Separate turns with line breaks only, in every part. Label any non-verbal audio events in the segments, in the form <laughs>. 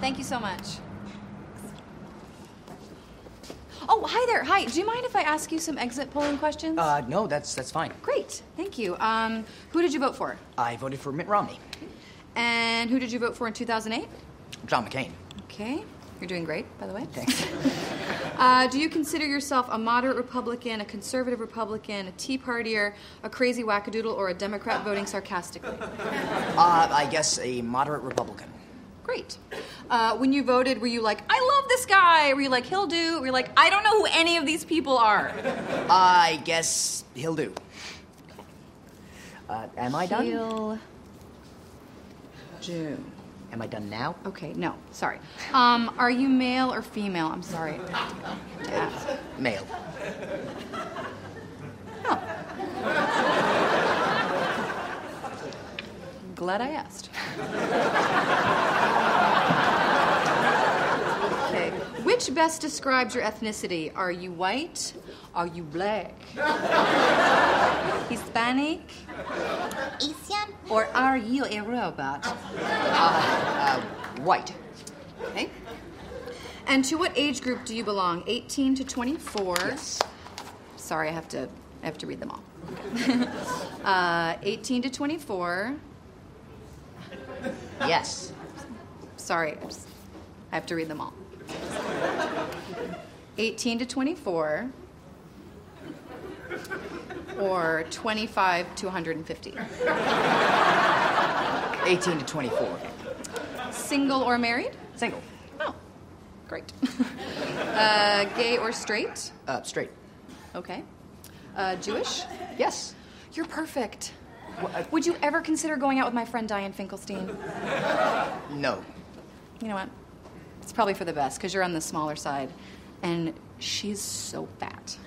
Thank you so much. Oh, hi there. Hi. Do you mind if I ask you some exit polling questions?
Uh, no, that's that's fine.
Great. Thank you. Um, who did you vote for?
I voted for Mitt Romney,
And who did you vote for in 2008?
John McCain.
Okay. You're doing great, by the way.
Thanks.
Uh, do you consider yourself a moderate Republican, a conservative Republican, a Tea Partier, a crazy wackadoodle, or a Democrat voting sarcastically?
Uh, I guess a moderate Republican.
Great. Uh, when you voted, were you like, I love this guy? Were you like, he'll do? Were you like, I don't know who any of these people are?
I guess he'll do. Uh, am I done?
He'll do.
Am I done now?
Okay, no, sorry. Um, are you male or female? I'm sorry. to ask.
Male.
Glad I asked. okay. Which best describes your ethnicity? Are you white? Are you black? Hispanic?
Asian?
Or are you a robot? Uh,
White.
Okay. And to what age group do you belong? 18 to 24? Yes. Sorry, I have to I have to read them all. <laughs> uh, 18 to 24.
Yes.
Sorry, I just- I have to read them all. 18 to 24, or 25 to 150.
18 to 24.
Single or married?
Single.
Oh, great. <laughs> uh, gay or straight?
Uh, straight.
Okay. Uh, Jewish?
Yes.
You're perfect.
Wha- uh,
Would you ever consider going out with my friend Diane Finkelstein?
no.
You know what? It's probably for the best because you're on the smaller side, and she's so fat.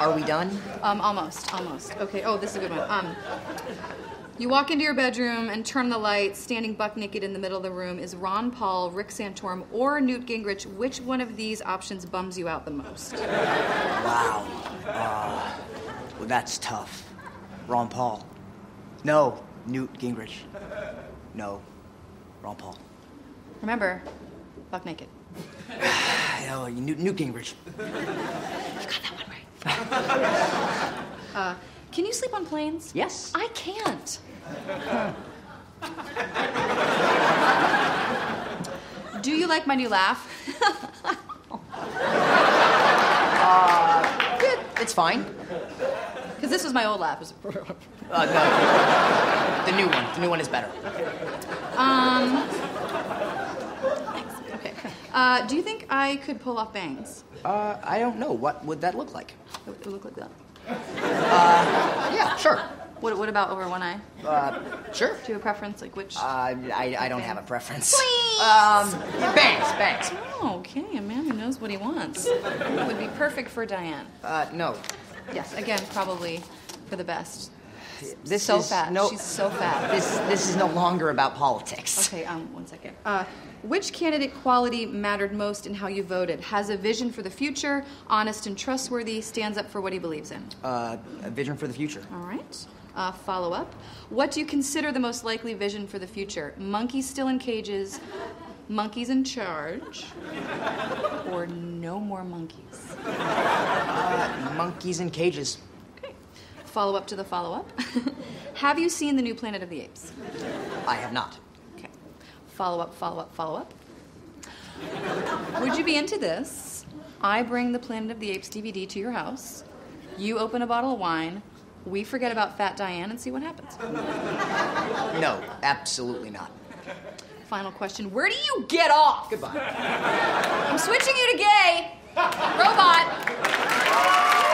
Are we done?
Um, almost, almost. Okay. Oh, this is a good one. Um, you walk into your bedroom and turn the light. Standing buck naked in the middle of the room is Ron Paul, Rick Santorum, or Newt Gingrich. Which one of these options bums you out the most?
Wow. Uh, well, that's tough. Ron Paul. No. Newt Gingrich. No. Ron Paul.
Remember, buck naked.
Oh, Newt, Newt Gingrich.
Can you sleep on planes?
Yes.
I can't. <laughs> Do you like my new laugh?
Yeah, it's fine.
Because this was my old laugh. It was-
Uh, no. the new one. The new one is better.
Okay. Uh, do you think I could pull off bangs?
Uh, I don't know. What would that look like?
It would look like that.
Yeah, sure.
What, what about over one eye?
Sure.
Do you have a preference? Like which?
Uh, I, I don't have a preference.
Please.
Um, bangs, bangs.
Oh, okay, a man who knows what he wants. it would be perfect for Diane.
Uh, no.
Yes, again, probably for the best.
This
so
is
fat.
no.
She's so fat.
This this is no longer about politics.
Okay, um, one second. Uh, which candidate quality mattered most in how you voted? Has a vision for the future, honest and trustworthy, stands up for what he believes in.
Uh, a vision for the future.
All right. Uh, follow up. What do you consider the most likely vision for the future? Monkeys still in cages, monkeys in charge, or no more monkeys?
Monkeys in cages.
Okay. Follow up to the follow up. <laughs> Have you seen the new Planet of the Apes?
I have not.
Okay. Follow up, follow up, follow up. Would you be into this? I bring the Planet of the Apes DVD to your house. You open a bottle of wine. We forget about Fat Diane and see what happens.
No, absolutely not.
Final question Where do you get off?
Goodbye.
I'm switching you to gay. Robot.